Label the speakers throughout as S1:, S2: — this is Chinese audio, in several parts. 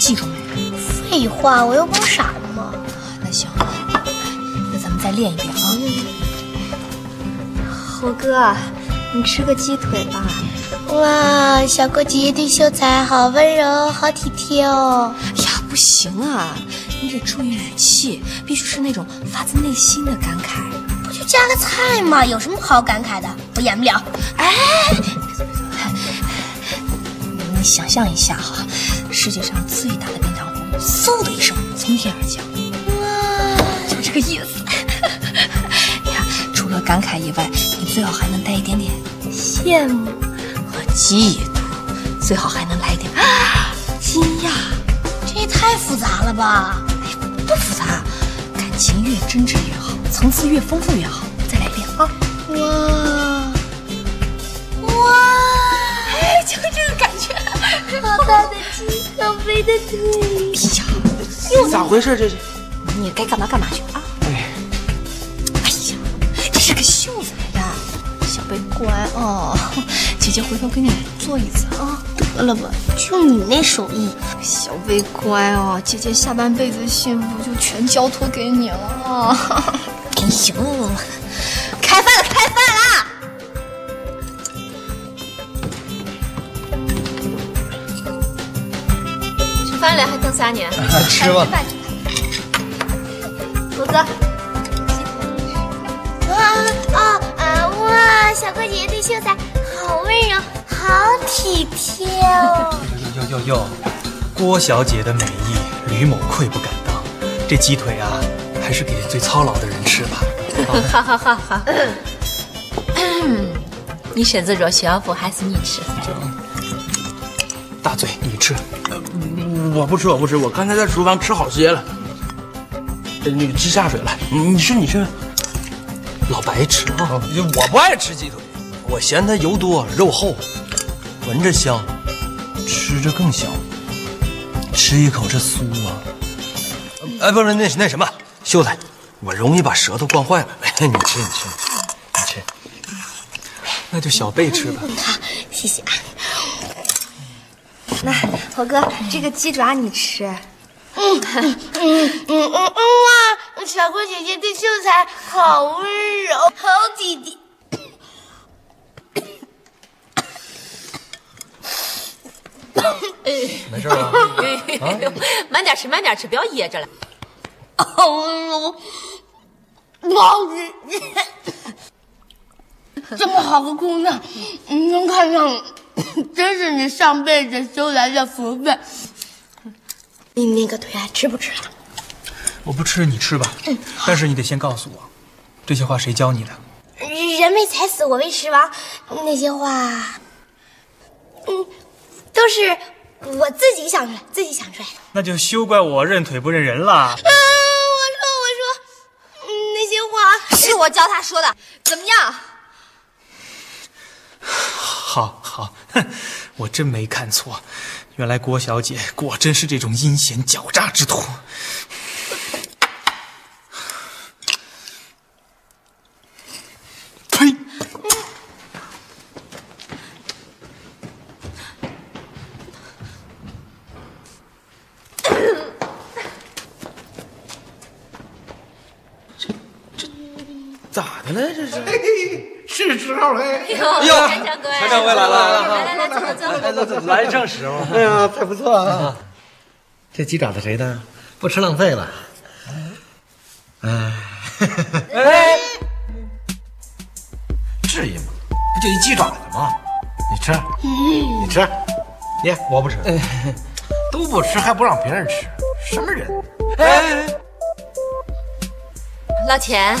S1: 记住没？
S2: 废话，我又不是傻子嘛。
S1: 那行，那咱们再练一遍啊。
S3: 猴哥，你吃个鸡腿吧。
S2: 哇，小郭姐姐对秀才好温柔，好体贴哦。
S1: 哎呀，不行啊，你得注意语气，必须是那种发自内心的感慨。
S2: 不就加个菜嘛，有什么好感慨的？我演不了。
S1: 你想象一下哈、世界上最大的冰糖葫芦，嗖的一声从天而降，哇，就这个意思。 你看，除了感慨以外，你最好还能带一点点
S3: 羡慕、
S1: 和嫉妒，最好还能来一点 啊惊讶。
S2: 这也太复杂了吧？
S1: 不复杂，感情越真挚越好，层次越丰富越好。再来一遍啊！
S2: 哇啊哇，
S1: 哎，就这个感觉。
S2: 好大的鸡，好肥的腿。
S1: 哎呀，
S4: 咋回事？这是？
S1: 你该干嘛干嘛去啊！
S4: 哎，
S1: 哎呀，这是个秀才呀，小贝乖哦，姐姐回头给你做一次啊。
S2: 得了吧，就你那手艺，
S3: 小贝乖
S1: 啊
S3: 哦，姐姐下半辈子幸福就全交托给你了啊！
S1: 哎呦，开饭了，开饭了！
S3: 吃饭了还等啥呢？
S4: 吃吧。
S3: 猴
S2: 啊
S3: 哥，
S2: 哇哦啊哇，小郭姐姐对秀才好温柔，好体贴哦。
S4: 哟哟哟，郭小姐的美意，吕某愧不敢当。这鸡腿啊，还是给最操劳的人吃吧。
S5: 好好好好。
S1: 嗯
S5: 你选择肉小不还是你吃？
S4: 大嘴，你吃。
S6: 我不吃，我不吃，我刚才在厨房吃好些了。呃那个鸡下水了，你你吃你吃。
S4: 老白吃啊！我不爱吃鸡腿，我嫌它油多肉厚，闻着香，吃着更香。吃一口这酥啊！哎，不是那那什么，秀才，我容易把舌头惯坏了。 你吃，你吃，你吃。那就小贝吃吧。
S2: 谢谢。
S3: 来，猴哥，这个鸡爪你吃。
S2: 嗯嗯嗯哇，小郭姐姐对秀才好温柔，好体贴。
S4: 没事啊吧？
S5: 慢点吃，慢点吃，不要噎着了。
S2: 好温柔，好体贴。这么好的姑娘，你能看上你，真是你上辈子修来的福分。你那个腿还吃不吃了？
S4: 我不吃，你吃吧。
S7: 嗯
S4: 但是你得先告诉我，这些话谁教你的？
S2: 人为财死，我为食亡，那些话，嗯，都是我自己想出来，自己想出来的。
S4: 那就休怪我认腿不认人了。
S2: 啊，我说我说，嗯那些话
S3: 是我教他说的，怎么样？
S4: 好好， 哼，我真没看错，原来郭小姐果真是这种阴险狡诈之徒。呸！
S6: 咋的了？这是？
S7: 是时候了。
S5: 哎呦，陈掌柜，
S4: 陈掌柜来了来了
S5: 来来来，坐坐坐坐。
S4: 来正时候。
S7: 哎呀，菜不错啊！这鸡爪子谁的？不吃浪费了。哎
S6: 至于吗？不就一鸡爪子吗？
S7: 你吃，你吃，
S4: 你我不吃。
S6: 都不吃还不让别人吃，什么人？
S5: 老钱，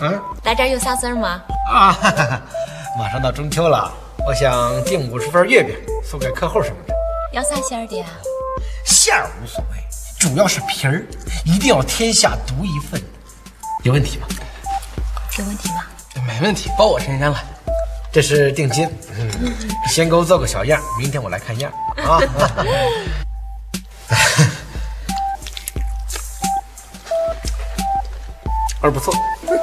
S7: 嗯
S5: 来这儿有啥事儿吗？
S7: 啊！哈哈 马上到中秋了，我想订五十份月饼送给客户什么的。
S5: 要啥馅儿的呀？
S7: 馅儿无所谓，主要是皮儿，一定要天下独一份。有问题吗？
S5: 有问题吗？
S6: 没问题，包我身上了。
S7: 这是定金，嗯，先给我做个小样，明天我来看样啊。
S6: 二不错，
S5: 慢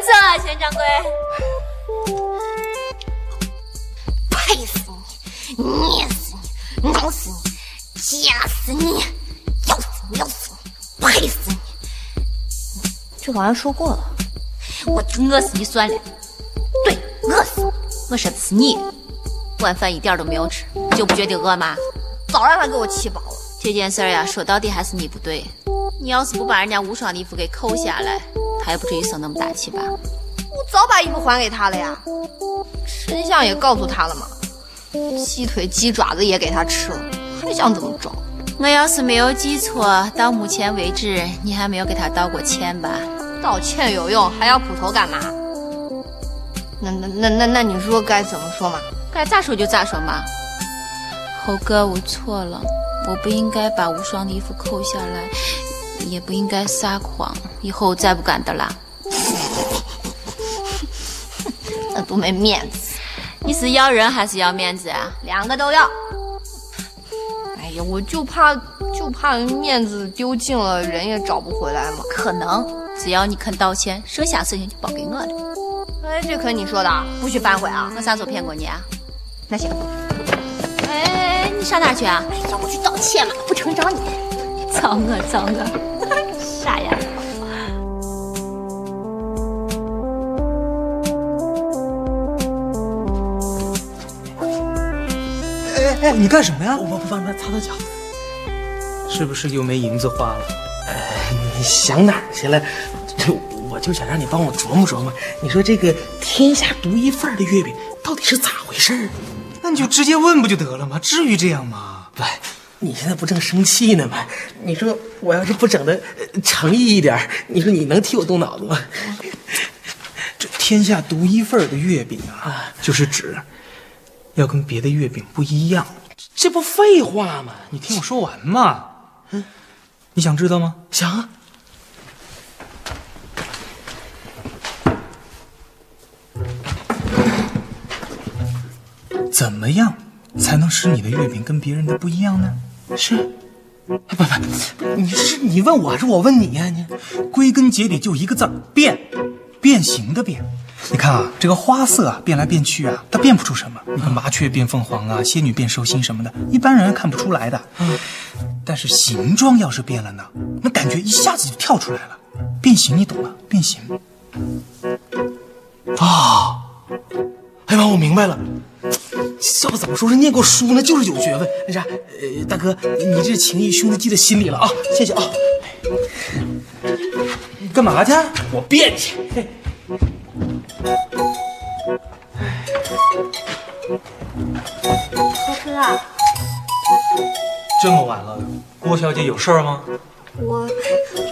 S5: 走，陈掌柜。
S2: 佩服你，捏死你，挠死你，夹死你，咬死你，咬死你，拍死你！
S1: 这个好像说过了。
S5: 我就饿死你算了。对，饿死，我是吃你的。晚饭一点都没有吃，就不觉得饿吗？
S3: 早让他给我气饱了。
S5: 这件事儿呀，说到底还是你不对。你要是不把人家无双的衣服给扣下来，他也不至于生那么大气吧？
S3: 我早把衣服还给他了呀，真相也告诉他了嘛，鸡腿、鸡爪子也给他吃了，还想怎么着？
S5: 我要是没有记错，到目前为止你还没有给他道过歉吧？
S3: 道歉有用，还要苦头干嘛？那那那那那你说该怎么说嘛？
S5: 该咋说就咋说嘛。猴哥，我错了，我不应该把无双的衣服扣下来，也不应该撒谎，以后我再不敢的啦。
S3: 那多没面子，
S5: 你是要人还是要面子啊？
S3: 两个都要。哎呀，我就怕就怕面子丢尽了，人也找不回来嘛。
S5: 可能，只要你肯道歉，剩下事情就包给我了。
S3: 哎，这可你说的，啊，不许反悔啊！
S5: 我啥时候骗过你啊？
S3: 那行，
S5: 哎，你上哪去啊？
S2: 要不去道歉嘛，不成找 你。
S5: 找我，找我，傻呀！
S4: 哎哎，你干什么呀？
S7: 我帮他擦擦脚。
S4: 是不是又没银子花了？
S7: 呃你想哪儿去了？ 这我就想让你帮我琢磨琢磨，你说这个天下独一份儿的月饼到底是咋回事儿？
S4: 那你就直接问不就得了吗？至于这样吗？
S7: 喂，你现在不正生气呢吗？你说我要是不整的诚意一点儿，你说你能替我动脑子吗？
S4: 这天下独一份儿的月饼啊，就是指要跟别的月饼不一样。
S7: 这不废话吗？
S4: 你听我说完嘛。你想知道吗？
S7: 嗯想啊，
S4: 怎么样才能使你的月饼跟别人的不一样呢？
S7: 是。哎不不，你是你问我还是我问你呀、你
S4: 归根结底就一个字儿变，变形的变。你看啊，这个花色啊，变来变去啊，它变不出什么。你看麻雀变凤凰啊，仙女变寿星什么的，一般人看不出来的。但是形状要是变了呢，那感觉一下子就跳出来了。变形，你懂吗？变形。
S7: 啊哎妈，我明白了，要不怎么说是念过书呢，就是有学问。那啥，呃，大哥，你这情谊兄弟记在心里了啊，谢谢啊。
S4: 你干嘛去？
S7: 我变去。
S2: 猴
S3: 啊
S2: 哥，
S4: 这么晚了，郭小姐有事儿吗？
S3: 我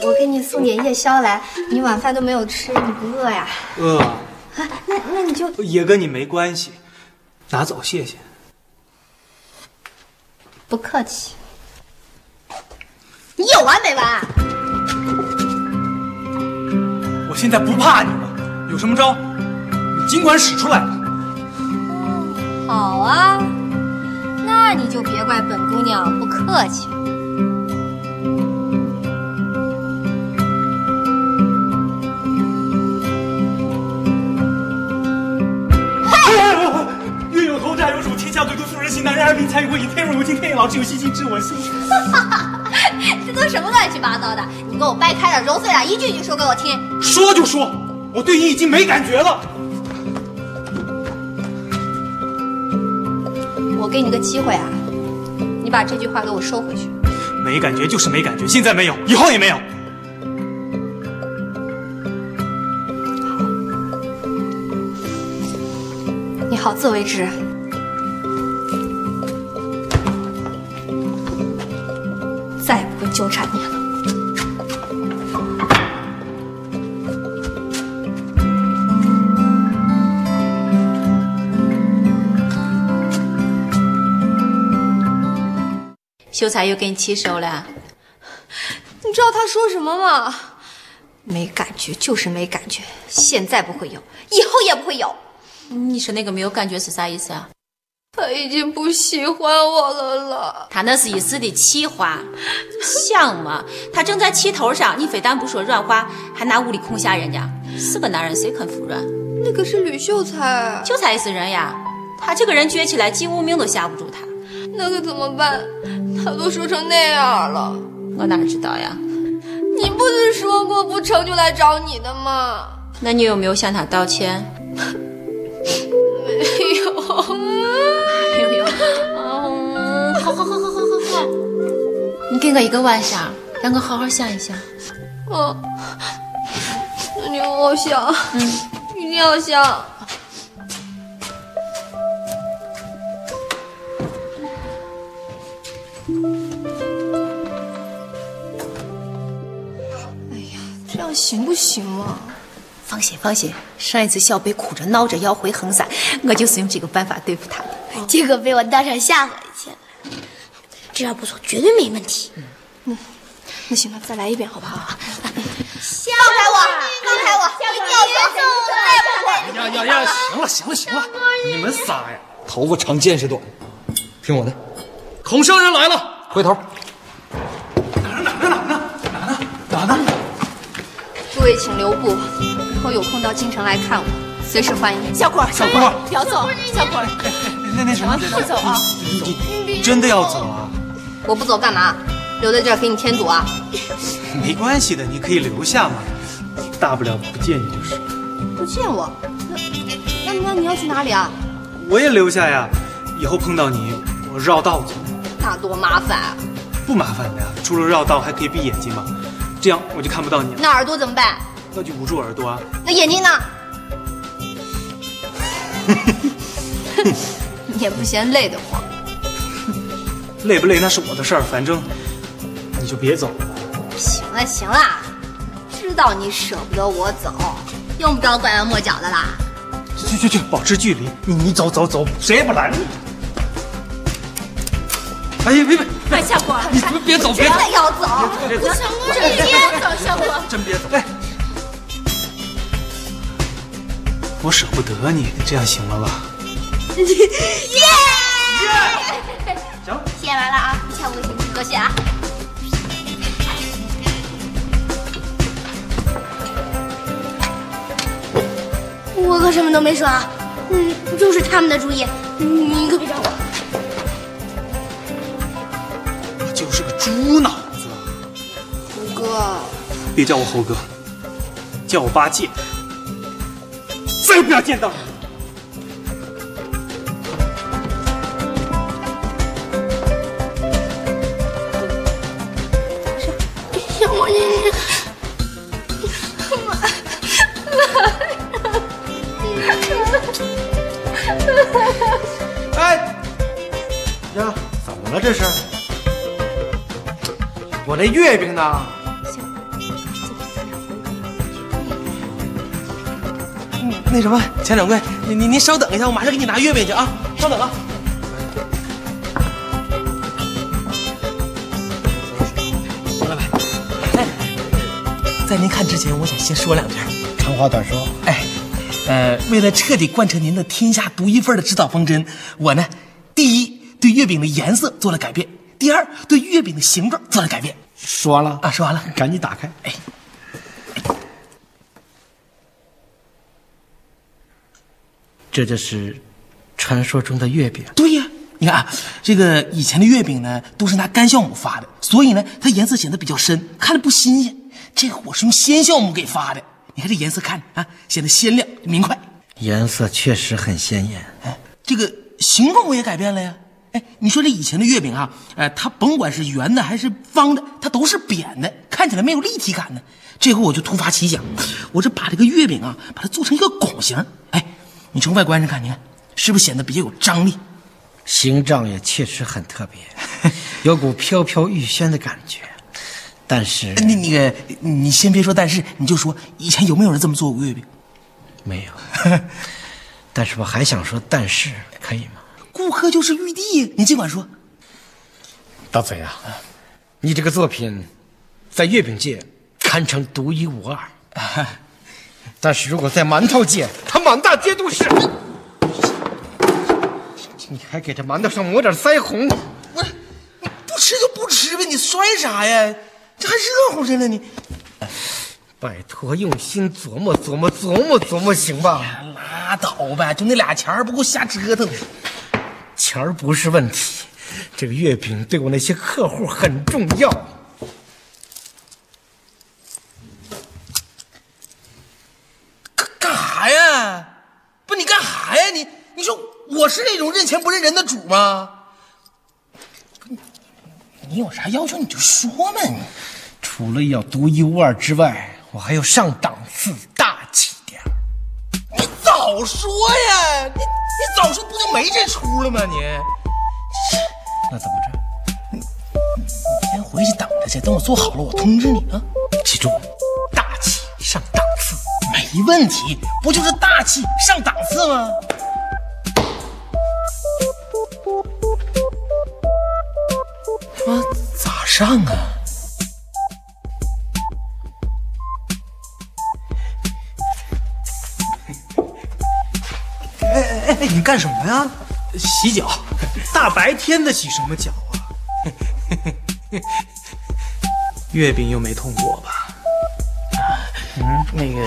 S3: 我给你送点夜宵来，你晚饭都没有吃，你不饿呀？
S4: 饿、
S7: 啊
S3: 啊那那你就
S4: 呃也跟你没关系，拿走谢谢。
S3: 不客气。
S2: 你有完没啊完？
S4: 我现在不怕你了，有什么招，你尽管使出来吧。
S3: 好啊，那你就别怪本姑娘不客气。
S4: 冤有头债有主，天下最毒，妇人行难，人而民残与会以天人为镜，天也老，只有信心治我心。
S3: 这都什么乱七八糟的？你给我掰开点揉碎点，一句句说给我听。
S4: 说就说，我对你已经没感觉了。
S3: 我给你个机会啊，你把这句话给我收回去。
S4: 没感觉就是没感觉，现在没有，以后也没有。
S3: 你好自为之。再也不会纠缠你了。
S5: 秀才又给你气收了，
S3: 你知道他说什么吗？没感觉就是没感觉，现在不会有，以后也不会有。
S5: 你说那个没有感觉是啥意思啊？
S3: 他已经不喜欢我了啦。
S5: 他那是一时的气话，想嘛，他正在气头上，你非但不说软话，还拿武力恐吓人家，是个男人谁肯服软？
S3: 那个是吕秀才，
S5: 秀才也是人呀，他这个人倔起来，几无名都吓不住他。
S3: 那可怎么办？他都说成那样了，
S5: 我哪知道呀？
S3: 你不是说过不成就来找你的吗？
S5: 那你有没有向他道歉？
S3: 没有。
S5: 没有。嗯，好好好好好好好。你给我一个晚上，让我好好想一想。
S3: 哦，你我想，嗯，一定要想。哎呀，这样行不行啊？
S8: 放心放心，上一次小北哭着闹着要回衡山，我就是用这个办法对付他的。
S9: 哦
S2: 结果被我当场吓回去了。这样不错，绝对没问题。
S3: 嗯那行，那再来一遍好不好？
S2: 放开我！放开我！一定要放开我！
S4: 哎呀呀呀！行了行了行了，你们仨呀，头发长见识短，听我的。孔圣人来了，回头。
S3: 诸位请留步，以后有空到京城来看我，随时欢迎。
S8: 小果儿，
S4: 小郭儿，哎
S8: 不要走，小果儿，
S4: 那那什么，
S8: 不走啊！
S4: 你你真的要走啊？
S3: 我不走干嘛？留在这儿给你添堵啊？
S4: 没关系的，你可以留下嘛，大不了不见你就是。
S3: 不见我？那那那你要去哪里啊？
S4: 我也留下呀，以后碰到你，我绕道走，
S3: 那多麻烦啊！
S4: 不麻烦的呀。除了绕道，还可以闭眼睛嘛，这样我就看不到你了，
S3: 那耳朵怎么办？
S4: 那就捂住耳朵啊。
S3: 那眼 睛呢？也不嫌累得慌。
S4: 累不累那是我的事儿，反正你就别走了。
S3: 行了行了，知道你舍不得我走，用不着拐弯抹角的啦。
S4: 去去去，保持距离。你你走走走，谁也不拦你。哎呀，别别，
S8: 哎，小果儿，
S9: 啊
S4: 你别别走别走，
S3: 真的要走？
S4: 别走，
S8: 这边走，小果儿。
S4: 真别走。哎，我舍不得你，这样行了吧？
S3: 谢完了啊，下午请多谢啊。
S2: 我可什么都没说啊，嗯，就是他们的主意，嗯你可别找我。
S4: 我就是个猪脑子。
S3: 胡哥，
S4: 别叫我猴哥，叫我八戒。再也不要见到你。
S2: 小莫，你你
S10: 哎，呀，怎么了这是？我那月饼呢？
S7: 那什么，钱掌柜，您您您稍等一下，我马上给你拿月饼去啊，稍等啊。老板，哎在您看之前，我想先说两句。
S10: 长话短说，
S7: 哎，呃，为了彻底贯彻您的天下独一份的指导方针，我呢，第一对月饼的颜色做了改变，第二对月饼的形状做了改变。
S10: 说完了
S7: 啊，，说完了。
S10: 赶紧打开。
S7: 哎，
S10: 这就是传说中的月饼。
S7: 对呀，你看啊，这个以前的月饼呢，都是拿干酵母发的，所以呢，它颜色显得比较深，看着不新鲜。这个我是用鲜酵母给发的，你看这颜色看着啊，显得鲜亮明快。
S10: 颜色确实很鲜艳。
S7: 哎，这个形状我也改变了呀。哎，你说这以前的月饼啊，呃，它甭管是圆的还是方的，它都是扁的，看起来没有立体感呢。这回我就突发奇想，我这把这个月饼啊，把它做成一个拱形。哎，你从外观上看，你看是不是显得比较有张力？
S10: 形状也确实很特别， 有股飘飘欲仙的感觉。但是
S7: 哎那那个，你先别说，但是你就说以前有没有人这么做过月饼？
S10: 没有，但是我还想说，但是可以吗？
S7: 顾客就是玉帝，你尽管说。
S10: 大嘴啊，你这个作品在月饼界堪称独一 无二，但是如果在馒头 界，它满大街都是。你还给这馒头上抹点腮红，
S7: 不是，你不吃就不吃呗，你摔啥呀？这还热乎着呢，你。
S10: 拜托，用心琢磨琢磨琢磨琢磨，行吧？
S7: 拉倒吧，就那俩钱儿不够瞎折腾。
S10: 钱儿不是问题，
S11: 这个月饼对我那些客户很重要。
S10: 干啥呀？不，你干啥呀？你你说我是那种认钱不认人的主吗？你有啥要求你就说嘛。你
S11: 除了要独一无二之外，我还要上档次、大气点儿。
S10: 早说呀！你你早说不就没这出了吗？你
S11: 那怎么着？
S10: 先回去等着去，等我做好了我通知你啊。记住，大气上档次没问题，不就是大气上档次吗？他妈咋上啊？
S12: 哎哎哎，你干什么呀？洗脚，大白天的洗什么脚啊？月饼又没痛过吧？
S7: 嗯，那个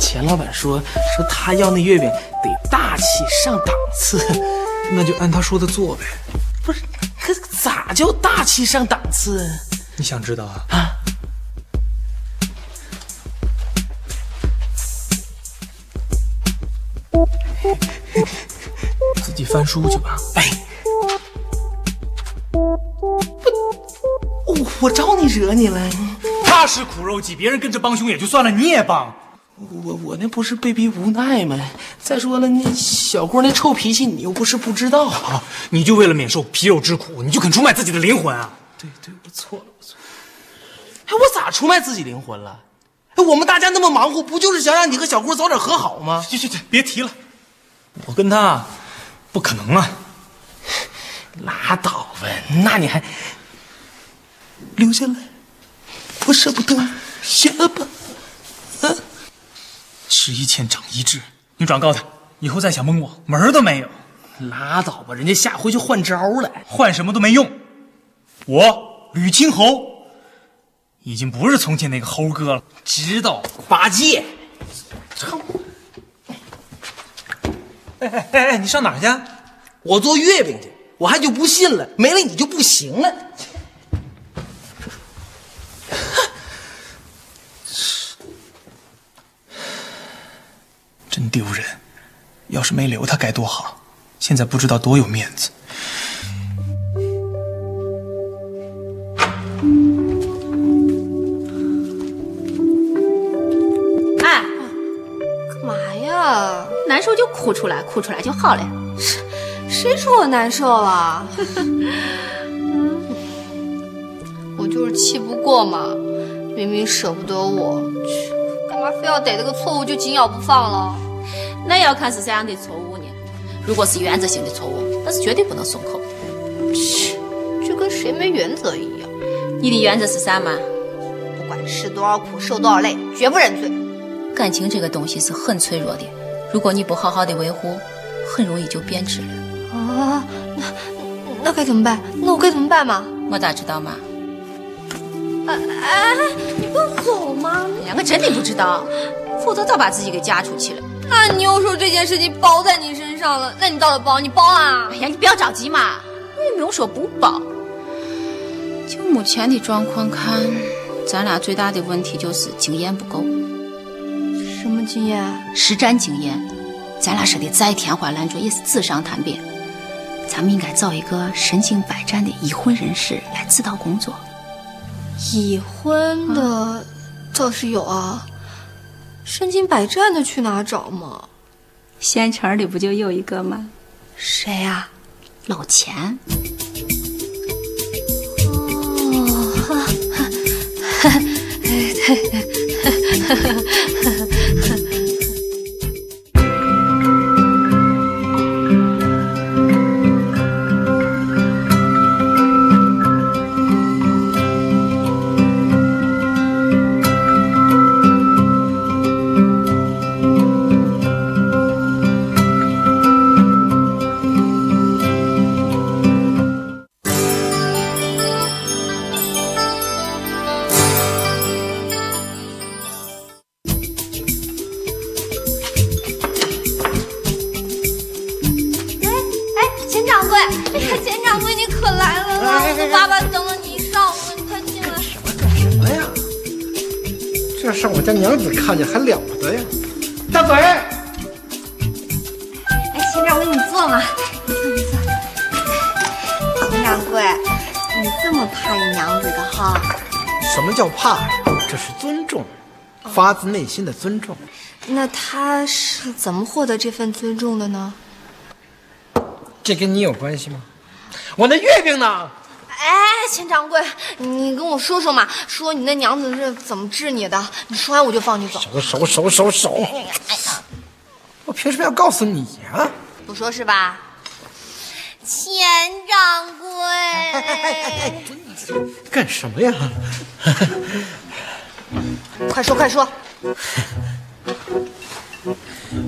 S7: 钱老板说说他要那月饼得大气上档次，
S12: 那就按他说的做呗。
S7: 可咋叫大气上档次？
S12: 你想知道啊？自己翻书去吧。哎，
S7: 哦，我招你惹你了？
S4: 他吃苦肉计，别人跟着帮凶也就算了，你也帮。
S7: 我我那不是被逼无奈吗？再说了，那小郭那臭脾气，你又不是不知道。
S4: 啊！你就为了免受皮肉之苦，你就肯出卖自己的灵魂啊？
S7: 对对，我错了，我错了。哎，我咋出卖自己灵魂了？哎，我们大家那么忙活，不就是想让你和小郭早点和好吗？
S4: 去去去，别提了，我跟他不可能啊！
S7: 拉倒吧，那你还留下来？我舍不得，下吧。
S4: 啊吃一堑长一智，你转告他，以后再想蒙我，门儿都没有。
S7: 拉倒吧，人家下回就换招了。
S4: 换什么都没用。我吕青侯已经不是从前那个猴哥了，
S7: 知道八戒。
S12: 哎哎哎哎，你上哪儿去？
S4: 啊
S7: 我做月饼去，我还就不信了，没了你就不行了。
S4: 真丢人！要是没留他该多好，现在不知道多有面子。
S9: 哎，
S3: 干嘛呀？
S9: 难受就哭出来，哭出来就好了。
S3: 谁说我难受
S8: 啊
S3: 了？我就是气不过嘛，明明舍不得我，去干嘛非要逮着个错误就紧咬不放了？
S9: 那要看是啥样的错误呢？如果是原则性的错误，那是绝对不能松口的。
S3: 就跟谁没原则一样，
S9: 你的原则是啥嘛？
S3: 不管吃多少苦，受多少累，绝不认罪。
S5: 感情这个东西是很脆弱的，如果你不好好的维护，很容易就变质了。
S3: 啊，那那该怎么办？那我该怎么办嘛？
S5: 我咋知道嘛？
S3: 哎哎，你不要走吗？
S5: 你两个真的不知道，否则早把自己给嫁出去了。
S3: 那你又说这件事情包在你身上了，那你到底包？你包啊
S9: 哎？呀，你不要着急嘛，我也没有说不报。
S5: 就目前的状况看，咱俩最大的问题就是经验不够，
S3: 什么经验？啊
S5: 实战经验。咱俩说的再天花乱坠也是纸上谈兵。咱们应该找一个身经百战的已婚人士来指导工作。
S3: 已婚的倒是有啊，身经百战的去哪找嘛？
S5: 县城里不就有一个吗？
S3: 谁啊呀、
S5: 老钱，
S3: 哎
S10: 这上我家娘子看见还了得呀！大嘴，
S1: 哎，先让我给你做嘛，你坐你坐。佟掌柜，你这么怕你娘子的哈？
S10: 什么叫怕呀？这是尊重，发自内心的尊重。
S1: 那她是怎么获得这份尊重的呢？
S10: 这跟你有关系吗？我那月饼呢？
S3: 哎，钱掌柜，你跟我说说嘛，说你那娘子是怎么治你的？你说完我就放你走。
S10: 我手手手手，我凭什么要告诉你啊呀、
S3: 不说是吧？钱掌柜，
S10: 干什么呀？
S3: 快说快 说，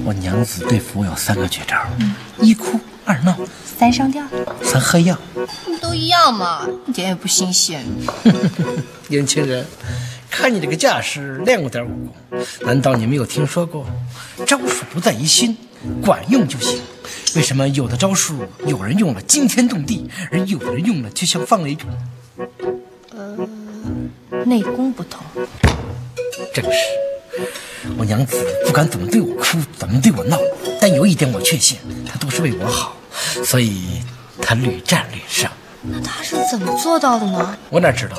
S7: 我娘子对付我有三个绝招：
S3: 嗯
S7: 一哭，二闹，
S1: 三上吊，
S7: 三喝药。
S3: 都一样嘛，一点也不新鲜。
S10: 年轻人，看你这个架势，练过点武功，难道你没有听说过“招数不在于心，管用就行”？为什么有的招数有人用了惊天动地，而有的人用了却像放了一个？
S1: 内功不同。
S10: 正是，我娘子不管怎么对我哭，怎么对我闹，但有一点我确信，她都是为我好，所以她屡战屡胜。
S1: 那她是怎么做到的呢？
S10: 我哪知道？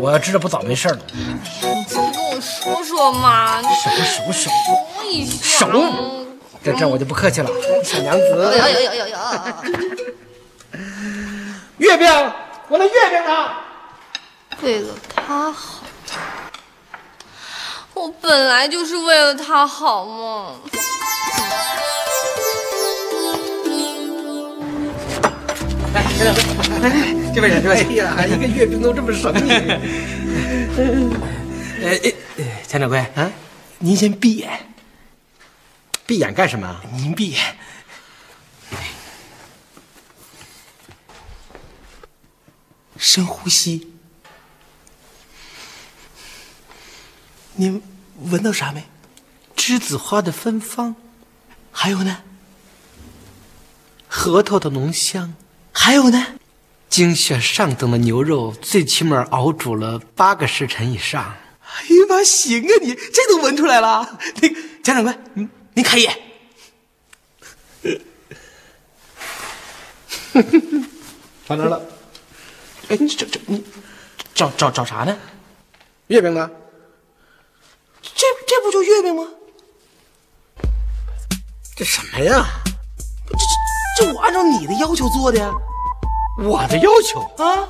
S10: 我要知道不早没事儿了。
S3: 你自己跟我说说嘛，你
S10: 手手手
S3: 说一下。
S1: 啊
S10: 手，这这我就不客气了，小娘
S3: 有
S1: 哎
S13: 哎
S10: 子。
S3: 有有有有，
S10: 月饼，我的月饼呢？
S3: 为了他好，我本来就是为了他好嘛。
S10: 这边请，这边请。哎呀，一个月饼都这么省你。呃， 哎
S7: 钱掌柜啊，您先闭眼。
S10: 闭眼干什么？啊
S7: 您闭眼。深呼吸。您闻到啥没？栀子花的芬芳，还有呢？核桃的浓香，还有呢？经选上等的牛肉，最起码熬煮了八个时辰以上。哎呀妈，行啊你，这都闻出来了。那个贾掌柜，您您开眼。
S10: 传来了。
S7: 哎，你这这你找找找啥呢？
S10: 月饼呢？
S7: 这这不就月饼吗？
S10: 这什么呀？
S7: 这这我按照你的要求做的呀。
S10: 我的要求
S7: 啊，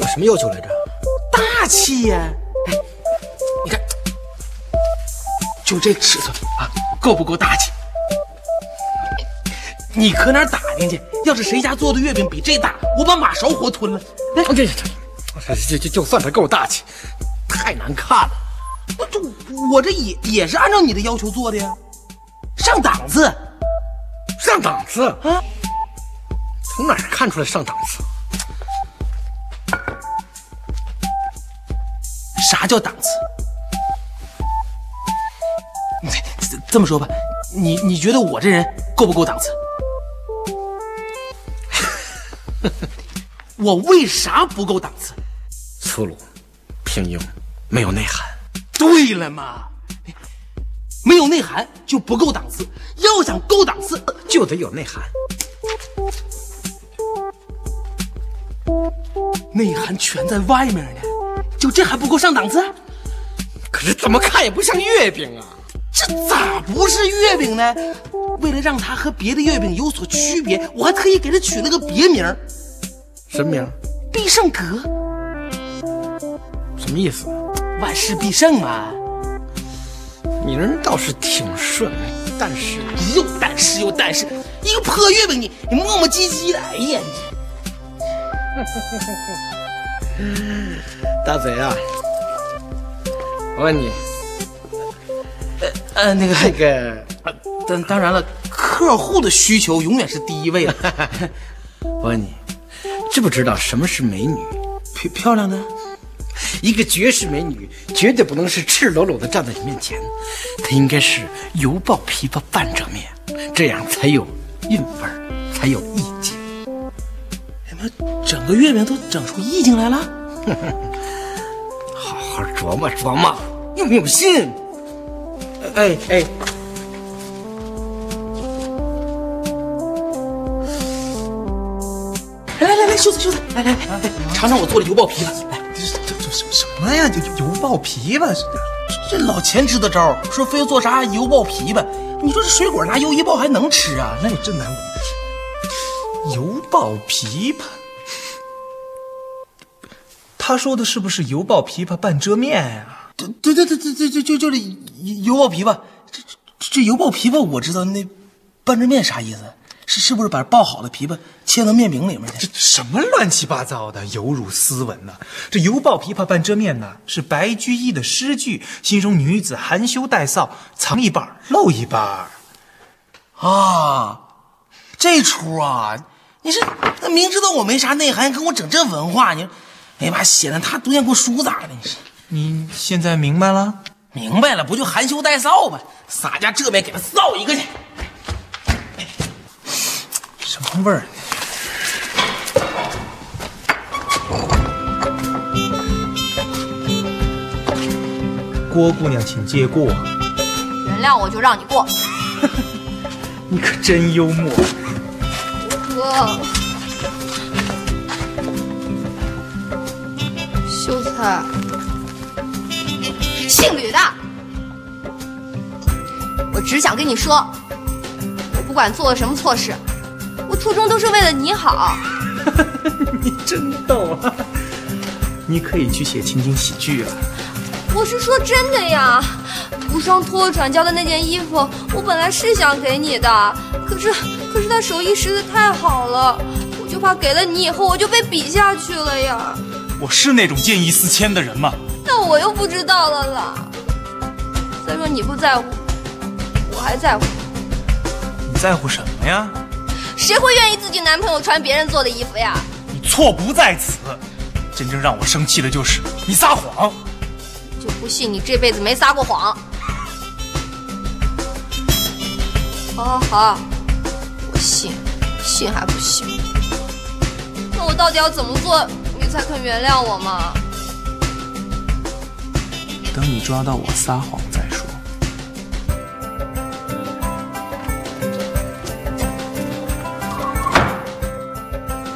S10: 我什么要求来着？
S7: 大气呀、哎，你看，就这尺寸啊，够不够大气？你可哪儿打听去？要是谁家做的月饼比这大，我把马勺活吞了。哎，
S10: 这这这这就就算它够大气，太难看了。
S7: 我这我这也也是按照你的要求做的呀，上档次
S10: 上档次
S7: 啊！
S10: 从哪儿看出来上档次？
S7: 啥叫档次？你这这么说吧，你你觉得我这人够不够档次？ 我为啥不够档次？
S10: 粗鲁、平庸，没有内涵。
S7: 对了嘛，没有内涵就不够档次，要想够档次
S10: 就得有内涵。
S7: 内涵全在外面呢，就这还不够上档次？
S10: 可是怎么看也不像月饼啊！
S7: 这咋不是月饼呢？为了让它和别的月饼有所区别，我还特意给它取了个别名儿
S10: 什么名？
S7: ——必胜阁。
S10: 什么意思？
S7: 万事必胜嘛！
S10: 你这人倒是挺顺，但是
S7: 又但是又但是，一个破月饼你你磨磨唧唧的，哎呀你！
S10: 大嘴啊，我问你，
S7: 呃那个呃
S10: 那个，
S7: 当当然了，客户的需求永远是第一位的。
S10: 我问你，知不知道什么是美女？
S7: 漂漂亮的，
S10: 一个绝世美女绝对不能是赤裸裸的站在你面前，她应该是油爆琵琶半遮面，这样才有韵味儿，才有意境。
S7: 哎妈，整个月饼都整出意境来了。
S10: 好好好琢磨琢磨，用不用心？哎哎，
S7: 来来来来，秀才秀才，来来来，尝尝我做的油爆皮吧。来，这这这什什么呀？油油爆皮吧？这这老钱支的招儿，说非要做啥油爆皮吧？你说这水果拿油一爆还能吃啊？那你真难闻。
S4: 油爆琵琶，他说的是不是油爆琵琶半遮面呀、
S7: 对对对对对对，就就是油爆皮吧。这这油爆皮吧，我知道那半遮面啥意思？是是不是把爆好的皮吧切到面饼里面去？
S4: 这什么乱七八糟的，有辱斯文呐、这油爆琵琶半遮面呢，是白居易的诗句，形容女子含羞带臊，藏一半儿露一半儿。
S7: 啊，这出啊，你是那明知道我没啥内涵，跟我整这文化，你，哎呀妈，显得他读见过书咋的？你是
S4: 你现在明白了？
S7: 明白了，不就含羞带臊吗？洒家这边给他臊一个去。
S4: 什么味儿？郭姑娘，请借过。
S3: 原谅我就让你过。
S4: 你可真幽默。
S3: 哥，秀才，姓吕的，我只想跟你说，我不管做了什么错事，我初衷都是为了你好。
S4: 你真逗啊！你可以去写情景喜剧啊。
S3: 我是说真的呀，无双托我转交的那件衣服，我本来是想给你的，可是可是他手艺实在太好了，我就怕给了你以后我就被比下去了呀。
S14: 我是那种见异思迁的人吗？
S3: 但我又不知道了啦。再说你不在乎，我还在乎，
S14: 你在乎什么呀？
S3: 谁会愿意自己男朋友穿别人做的衣服呀？
S14: 你错不在此。真正让我生气的就是你撒谎。
S3: 就不信你这辈子没撒过谎。好好好，我信，信还不信？那我到底要怎么做，你才肯原谅我嘛？
S4: 等你抓到我撒谎再说。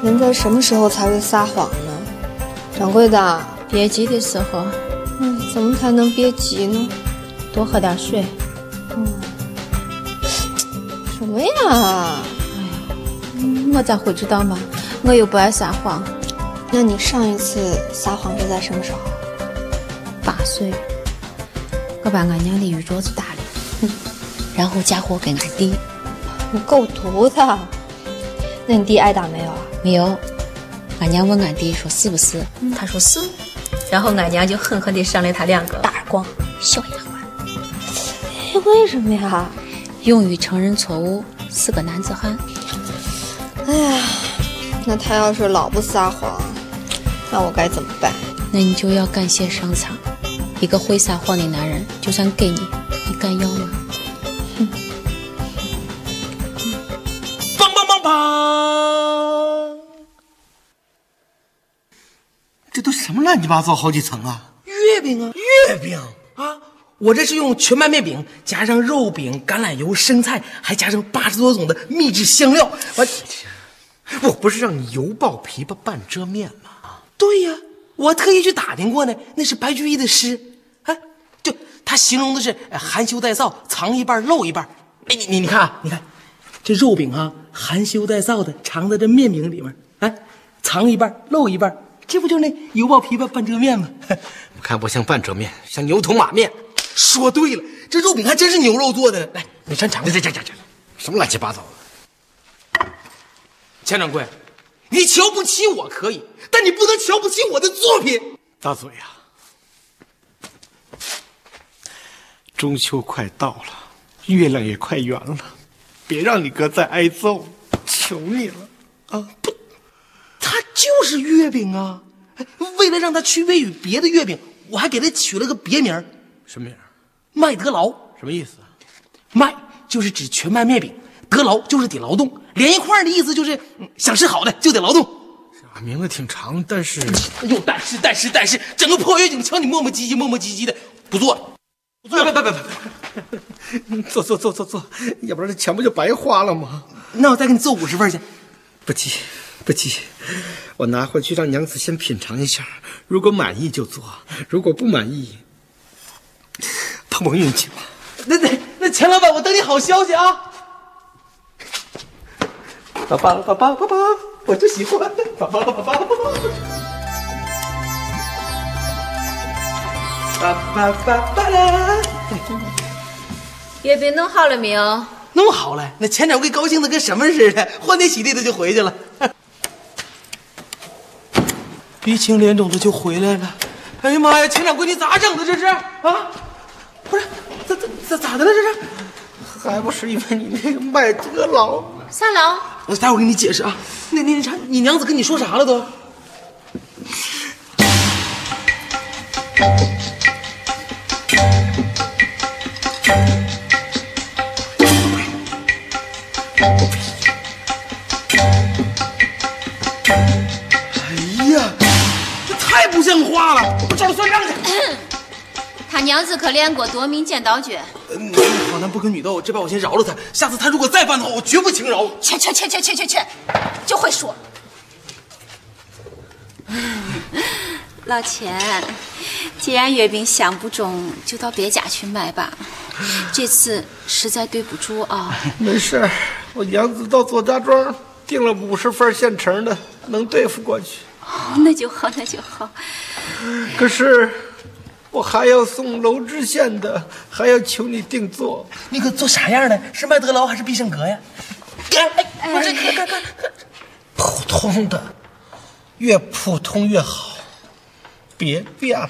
S13: 人在什么时候才会撒谎呢？掌柜的，
S5: 憋急的时候，
S13: 嗯，怎么才能憋急呢？
S5: 多喝点水。
S13: 嗯，什么呀？
S5: 嗯我咋会知道嘛？我又不爱撒谎。
S13: 那你上一次撒谎是在什么时候？
S5: 八岁，我把俺娘的玉镯子打了，然后嫁祸给俺弟。
S13: 你够毒的！那你弟挨打没有啊？
S5: 没有，俺娘问俺弟说是不是，
S13: 嗯
S5: 他说是，然后俺娘就狠狠地扇了他两个大耳光，小丫
S13: 哎为什么呀？
S5: 勇于承认错误是个男子汉。
S13: 哎呀，那他要是老不撒谎，那我该怎么办？
S5: 那你就要感谢上苍，一个会撒谎的男人，就算给你，你敢要吗？
S7: 梆梆梆梆！这都什么乱七八糟好几层啊？月饼啊，月饼啊！我这是用全麦面饼加上肉饼、橄榄油、生菜，还加上八十多种的秘制香料。我
S10: 我不是让你油爆琵琶半遮面吗？
S7: 对呀，我特意去打听过呢，那是白居易的诗。哎，对，他形容的是呃含羞带臊，藏一半露一半。哎，你你你看啊，你看这肉饼啊，含羞带臊的藏在这面饼里面，哎，藏一半露一半，这不就那油爆琵琶半遮面吗？
S10: 我看不像半遮面，像牛头马面。
S7: 说对了，这肉饼还真是牛肉做的。来，你先尝尝。
S10: 这这这这，什么乱七八糟的？
S7: 钱掌柜，你瞧不起我可以，但你不能瞧不起我的作品。
S15: 大嘴呀、中秋快到了，月亮也快圆了，别让你哥再挨揍，求你了。
S7: 它就是月饼啊！哎为了让它区别于别的月饼，我还给它取了个别名儿
S10: 什么名儿？
S7: ——麦德劳。
S10: 什么意思？啊
S7: 麦就是指全麦面饼，德劳就是得劳动，连一块儿的意思就是、嗯想吃好的就得劳动。
S16: 名字挺长，但 是
S7: 哎呦，但是但是但是，整个破月景瞧你磨磨唧唧磨磨唧唧的，不做了，不做了，别别别
S16: 坐坐坐坐坐，要不然这钱不就白花了吗？
S7: 那我再给你做五十份去。
S16: 不急， 不急，我拿回去让娘子先品尝一下，如果满意就做，如果不满意，碰碰运气吧。
S7: 那那那钱老板，我等你好消息啊！爸爸爸爸爸爸，我就喜欢爸爸爸爸爸爸爸爸爸啦！
S17: 月饼弄好了没有？
S7: 弄好了，那前掌柜高兴的跟什么似的， 欢天喜地的就回去了。 鼻青脸肿的就回来了。哎呀妈呀，前掌柜你咋整的这是啊？不是，咋咋咋咋的了这是？
S16: 还不是因为你那个卖德佬。
S17: 三郎，
S7: 我待会儿给你解释啊。那那啥，你娘子跟你说啥了都？哎呀，这太不像话了！我找算账去。
S5: 他娘子可练过夺命剪刀诀。
S7: 嗯好男不跟女斗，这把我先饶了他。下次他如果再犯的话，我绝不轻饶。
S1: 去去去去去去去，就会说。
S5: 老钱，既然月饼想不中，就到别家去买吧。这次实在对不住啊、
S10: 没事儿，我娘子到左家庄订了五十份现成的，能对付过去。
S5: 哦那就好，那就好。
S10: 可是我还要送娄知县的，还要求你定做。
S7: 那个做啥样的？是麦德劳还是必胜格呀？
S5: 哎，
S16: 普通的，越普通越好，别变了。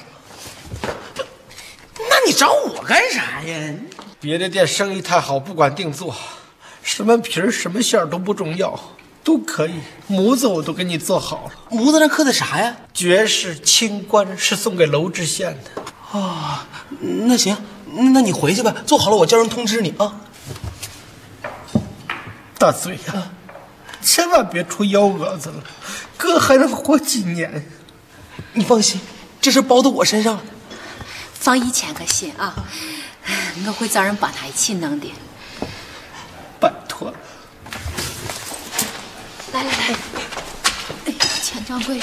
S7: 那你找我干啥呀？
S10: 别的店生意太好，不管定做，什么皮儿什么馅儿都不重要，都可以。模子我都给你做好了。
S7: 模子上刻的啥呀？
S10: 绝世清官是送给娄知县的。
S7: 啊，那行，那你回去吧，做好了我叫人通知你啊。
S10: 大嘴呀、千万别出幺蛾子了，哥还能活几年？
S7: 你放心，这事包到我身上了。
S5: 放一千个心啊，我会找人帮他一起弄的。
S10: 拜托了。
S5: 来来来，哎，钱掌柜，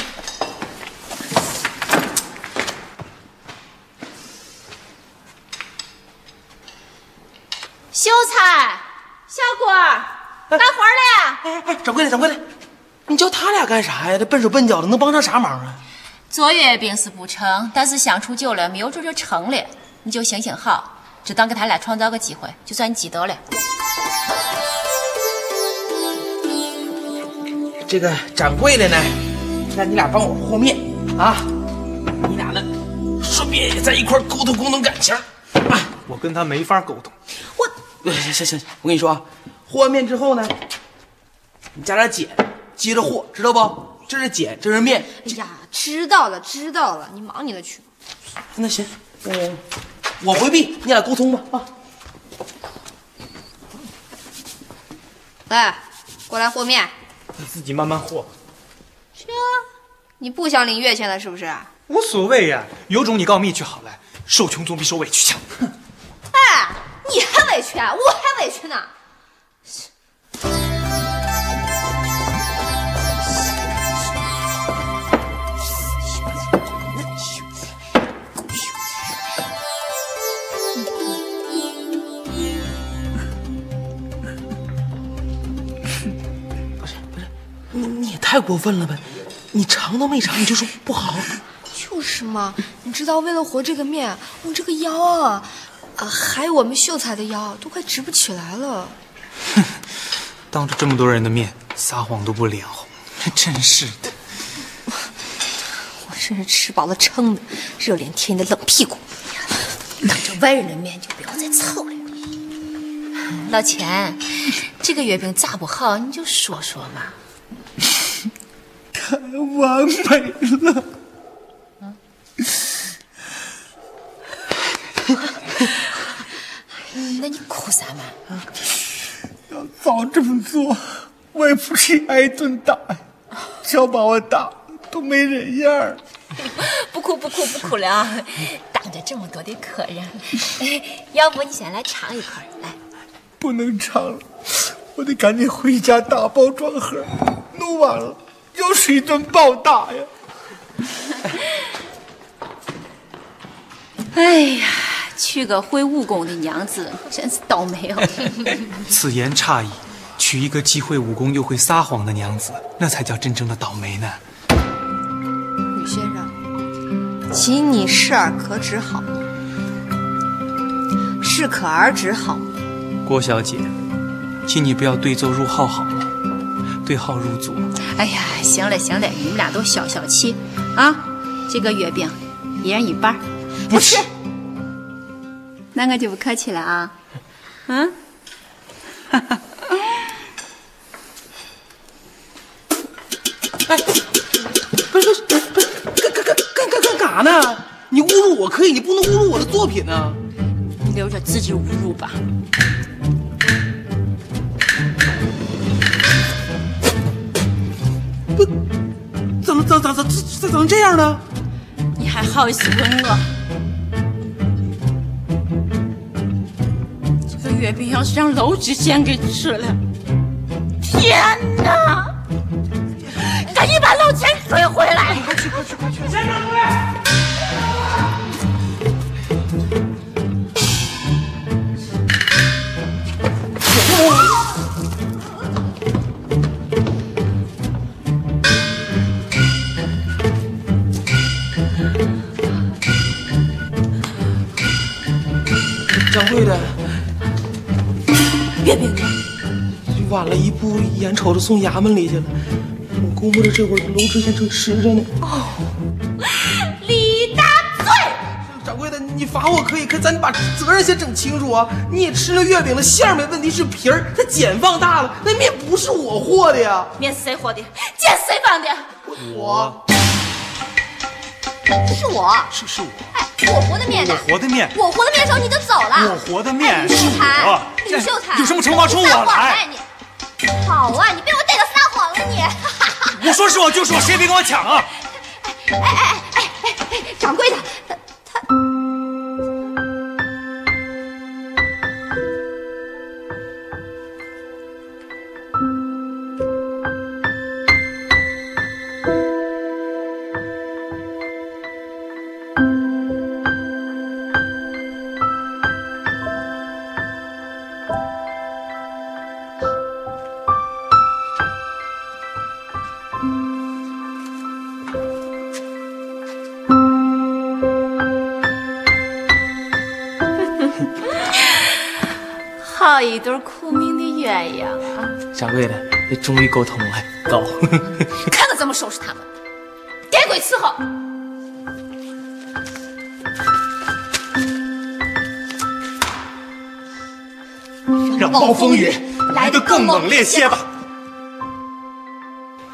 S17: 秀才、小官儿，干活嘞！
S7: 哎哎，掌柜的，掌柜的，你叫他俩干啥呀？这笨手笨脚的，能帮上啥忙啊？
S5: 做月饼是不成，但是相处久了，没有准就成了。你就行行好，只当给他俩创造个机会，就算你积德了。
S7: 这个掌柜的呢，让你俩帮我和面啊，你俩呢，顺便也在一块儿沟通沟通感情。
S4: 我跟他没法沟通。
S7: 哎行行行，我跟你说啊，和完面之后呢，你加点碱，接着和，知道不？这是碱，这是面。
S13: 哎呀，知道了知道了，你忙你的去。
S7: 那行，嗯，我回避，你俩沟通吧啊。
S13: 来，哎过来和面。
S4: 你自己慢慢和，
S13: 是啊，你不想领月钱了是不是？
S4: 无所谓呀、有种你告密去好了，受穷总比受委屈强。
S13: 哎，你还委屈，啊？我还委屈呢。
S7: 你你也太过分了吧？你尝都没尝你就说不好，
S13: 就是嘛，你知道为了和这个面，我这个腰啊，啊，还有我们秀才的腰都快直不起来了。
S4: 当着这么多人的面撒谎都不脸红，真是的。
S1: 我真是吃饱了撑的，热脸贴你的冷 屁股。
S5: 当着外人的面就不要再凑了。老钱，这个月饼咋不好，你就说说嘛。
S10: 太完美了。
S5: 嗯那你哭啥嘛？
S10: 要早这么做，我也不是挨顿打呀，就把我打
S18: 都没人样儿。
S3: 不哭不哭不哭了啊！挡着这么多的客人，哎，要不你先来尝一块儿，来，
S18: 不能唱了，我得赶紧回家打包装盒，弄晚了要是一顿暴打呀！
S5: 哎呀，娶个会武功的娘子，真是倒霉 哦！
S4: 此言差矣，娶一个既会武功又会撒谎的娘子，那才叫真正的倒霉呢。
S13: 吕先生，请你适尔可止好，适可而止好。
S4: 郭小姐，请你不要对奏入号好吗？对号入座。
S5: 哎呀，行了行了，你们俩都消消气啊！这个月饼，一人一半儿，不吃。那我就不客气了啊，嗯。
S7: 干干干干啥呢？你侮辱我可以，你不能侮辱我的作品呢、
S3: 你留着自知侮辱吧。
S7: 怎么怎怎怎怎怎能这样呢？
S3: 你还好意思问我？这个月饼要是让楼主先给吃了，天哪！赶紧把楼钱追回来！快去快去快去！先生各位。
S7: 掌柜的，别别别！晚了一步，眼瞅着送衙门里去了。我估摸着这会儿龙之前正吃着呢。
S3: 李大嘴，
S7: 掌柜的，你罚我可以，可咱把责任先整清楚啊！你也吃了月饼了，馅儿没问题，是皮儿，它碱放大了，那面不是我和的呀。
S3: 面是谁和的？碱谁放的？
S7: 我
S3: 是我，哎
S4: 是是我，
S3: 我和的面呢？
S4: 我和的面
S3: 我和的面的时候你就走了。
S4: 我和的面
S3: 吕
S4: 是
S3: 秀才
S4: 我，，
S3: 吕秀才，
S4: 有什么惩罚出
S3: 你撒
S4: 我
S3: 谎
S4: 来？
S3: 哎你，好啊，你被我逮到撒谎了你！
S4: 我说是我就是我，谁也别跟我抢啊！
S3: 掌柜的，
S5: 好一对苦命的鸳鸯啊！
S7: 掌柜的，这终于沟通了，走。
S5: 看我怎么收拾他们！给鬼伺候！
S3: 让暴风雨
S5: 来
S7: 哎
S5: 得更猛烈些吧。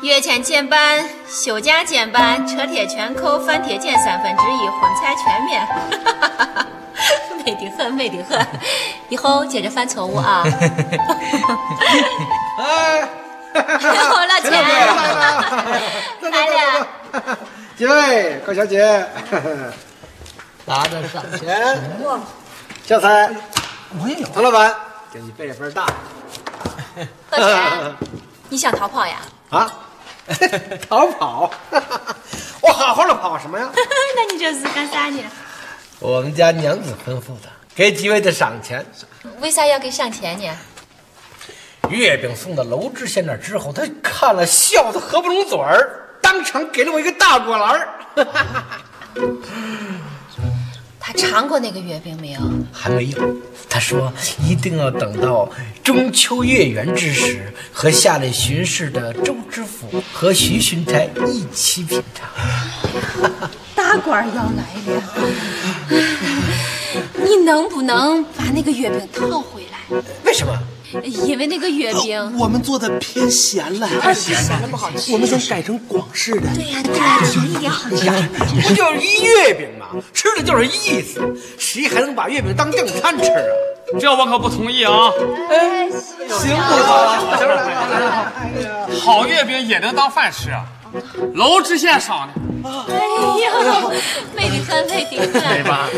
S3: 月钱减半，休假减半，车贴全扣，饭贴减三分之一，荤菜全 免。美得很，美得很，以后接着犯错误啊！ 好了，亲爱的，来了。
S10: 几位高小姐， 拿着赏钱。小彩，我也有。唐老板，给你备 份大
S3: 何钱，你想逃跑呀？
S10: 啊，逃跑， 我好好的跑什么呀？
S3: 那你这是干啥呢？
S10: 我们家娘子吩咐的，给几位的赏钱。
S3: 为啥要给赏钱呢？
S19: 月饼送到娄知县那儿之后，他
S10: 看了笑得合不拢嘴儿，当场给了我一个大果篮儿。
S3: 他尝过那个月饼没有？
S19: 还没
S10: 啊
S19: 有。他说一定要等到中秋月圆之时，和下类巡视的周知府和徐巡差一起品尝。
S20: 大官要来了，
S5: 你能不能把那个月饼套回
S19: 为什么？
S5: 来？因为那个月饼，
S7: 我们做的偏咸了，
S5: 太咸了不好吃
S7: 我们想改成广式的。对呀、
S5: 对呀
S7: 一点好吃。
S10: 不就是一月饼吗？吃的就是意思，谁还能把月饼当正餐吃啊？
S4: 这我可不同意啊！
S10: 哎，行不行？
S4: 好月饼也能当饭吃啊！
S21: 楼知县少呢，
S22: 哎呦，魅力很，魅力很。
S21: 对吧？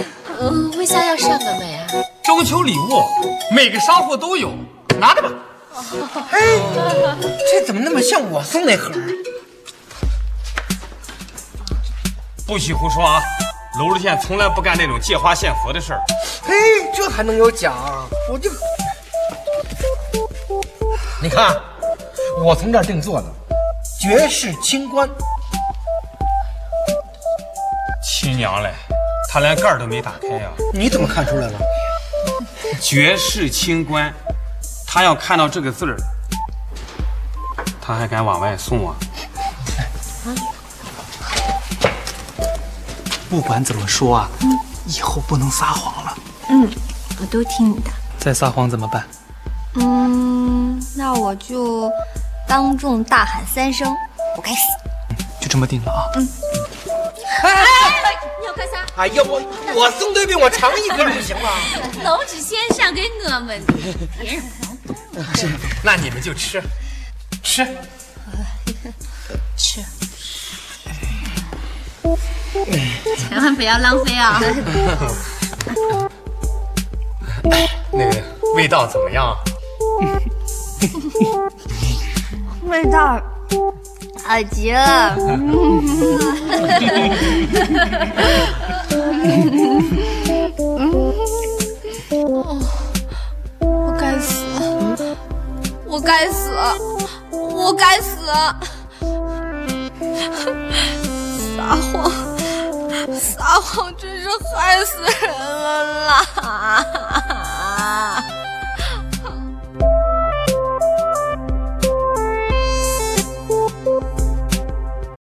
S2: 嗯，为啥要上个美啊？
S21: 中秋礼物每个商户都有，拿着吧。哎，这怎么那么像我送那盒
S10: 啊
S21: 儿？
S4: 不许胡说啊！娄知县从来不干那种借花献佛的事儿。
S10: 嘿，这还能有奖？我就你看，我从这儿定做的，绝世清官。
S4: 亲娘嘞，他连盖儿都没打开啊呀、
S10: 你怎么看出来了？
S4: 绝世清官，他要看到这个字儿，他还敢往外送啊？
S23: 不管怎么说啊，以后不能撒谎了。
S3: 嗯，我都听你的。
S23: 再撒谎怎么办？
S3: 嗯，那我就当众大喊三声：“我该死
S23: 就这么定了啊！！”
S22: 哎，你要干啥？
S10: 哎呀，我我送对病，我尝一根不行吗？
S22: 娄子先上给我们的，别人不能
S21: 那你们就吃，吃。
S2: 吃，
S24: 千万不要浪费哦啊！
S21: 那个味道怎么样？
S3: 味道好极了。
S13: 我该死，我该死，我该死！撒谎，撒谎真是害死人了啦！